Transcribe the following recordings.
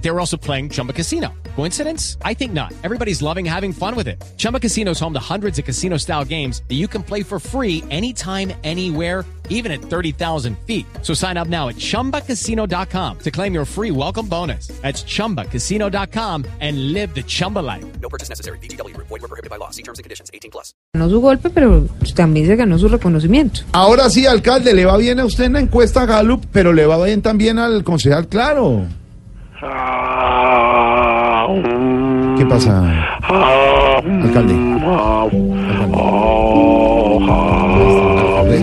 They were also playing Chumba Casino. Coincidence? I think not. Everybody's loving having fun with it. Chumba Casino is home to hundreds of casino style games that you can play for free anytime, anywhere even at 30,000 feet. So sign up now at ChumbaCasino.com to claim your free welcome bonus. That's ChumbaCasino.com and live the Chumba life. No purchase necessary. BGW. Void were prohibited by law. See terms and conditions. 18 plus. ganó su golpe, pero también se ganó su reconocimiento. Ahora sí, alcalde, le va bien a usted en la encuesta Gallup, pero le va bien también al concejal Claro. ¿Qué pasa, alcalde? Alcalde.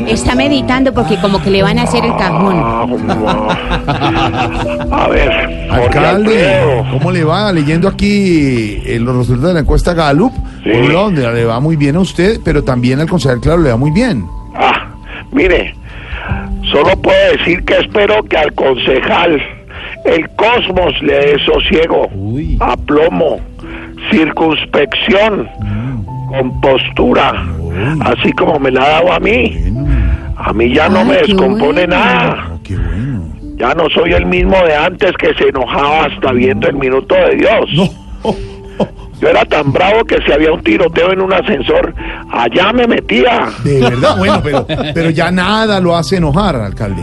Está meditando porque como que le van a hacer el cajón. A ver, Jorge Alcalde, Alfredo. ¿cómo le va? Leyendo aquí eh, los resultados de la encuesta Gallup, Sí. por un lado, donde le va muy bien a usted, pero también al concejal Claro le va muy bien. Ah, mire, solo puedo decir que espero que al concejal el cosmos le dé sosiego, aplomo, circunspección, compostura, así como me la ha dado a mí. A mí ya no Ay, me qué descompone bueno. nada. Oh, qué bueno. Ya no soy el mismo de antes que se enojaba hasta viendo el minuto de Dios. oh, Yo era tan bravo que si había un tiroteo en un ascensor, allá me metía. De verdad, bueno, pero, pero ya nada lo hace enojar, alcalde.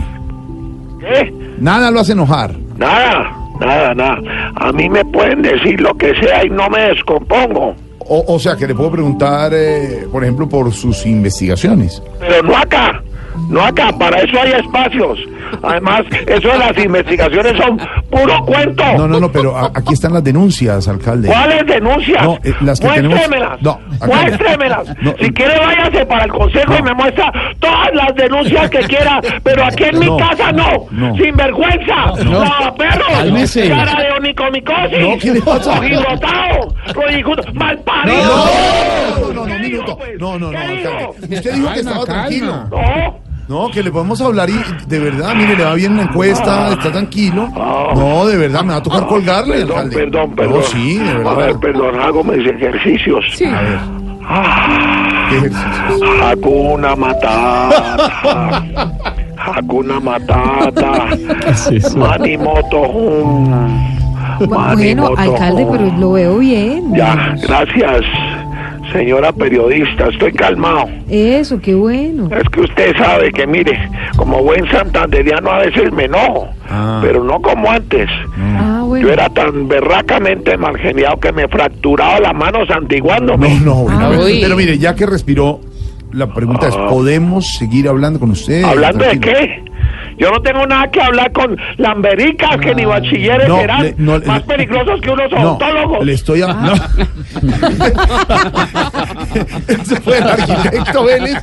¿Qué? Nada lo hace enojar. Nada, nada, nada. A mí me pueden decir lo que sea y no me descompongo. O, o sea, que le puedo preguntar, eh, por ejemplo, por sus investigaciones. Pero no acá, no acá, para eso hay espacios. Además, eso de las investigaciones son puro cuento. No, no, no, pero a- aquí están las denuncias, alcalde. ¿Cuáles denuncias? No, eh, las que tenemos- Muéstremelas. No, acá- Muéstremelas. No, eh, si quiere, váyase para el consejo y me muestra todas las denuncias que quiera. Pero aquí en mi No, casa no. no. Sin vergüenza. No. Lavaperros. Cálmese. Cara de onicomicosis. No, ¿qué le pasa? Gilotado. Rodigudo. Malparido. No, no, no, no, ¿Qué minuto. digo, pues? No, no, no, ¿Qué alcalde. Usted digo que estaba tranquilo. No. No, que le podemos hablar y de verdad, mire, le va bien la encuesta, está tranquilo. No, de verdad, me va a tocar colgarle, Ah. Perdón, alcalde. perdón, perdón. No, sí, de A ver, verdad. perdón, hago mis ejercicios. Sí. A ver. Ah. ¿Qué ejercicio? Hakuna Matata. Hakuna Matata. Manimoto. hum. Bueno, Manimoto, alcalde, hum. pero lo veo bien. Ya, gracias, señora periodista. Estoy calmado. Eso, qué bueno. Es que usted sabe que, mire, como buen santanderiano a veces me enojo, Ah. pero no como antes. Ah, Mm. Yo bueno. era tan berracamente malgeniado que me fracturaba la mano santiguándome. No, no, bueno, a ver, Ay. pero mire, ya que respiró, la pregunta es, ¿podemos seguir hablando con usted? Ah. ¿Hablando de Tranquilo. qué? Yo no tengo nada que hablar con lambericas que ni bachilleres Ah, No, serán le- no, le- más peligrosos que unos No, odontólogos. Ah, le estoy hablando. Ese fue el arquitecto Vélez.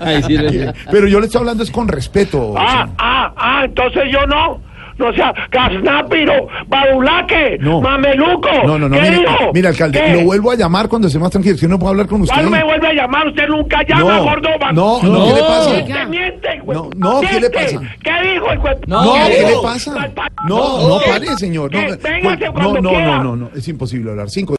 Pero yo le estoy hablando es con respeto. Ah, ah, ah, entonces yo no. No sea gasnápiro, badulaque, No. mameluco. No, no, no. ¿Qué Mire, digo? mire, alcalde, ¿Qué? lo vuelvo a llamar cuando esté más tranquilo. Si no puedo hablar con usted. ¿Cuándo me vuelve a llamar? Usted nunca llama, no, gordo. va- no, no, ¿qué le Te pasa? miente, güey. No, no, ¿qué le Miente. pasa? ¿Qué dijo el güey? No, ¿qué le dijo? pasa? Tal- No, no, pare, señor. No, ¿Qué? Véngase no, cuando no, quiera. no, no, no, es imposible hablar. Cinco.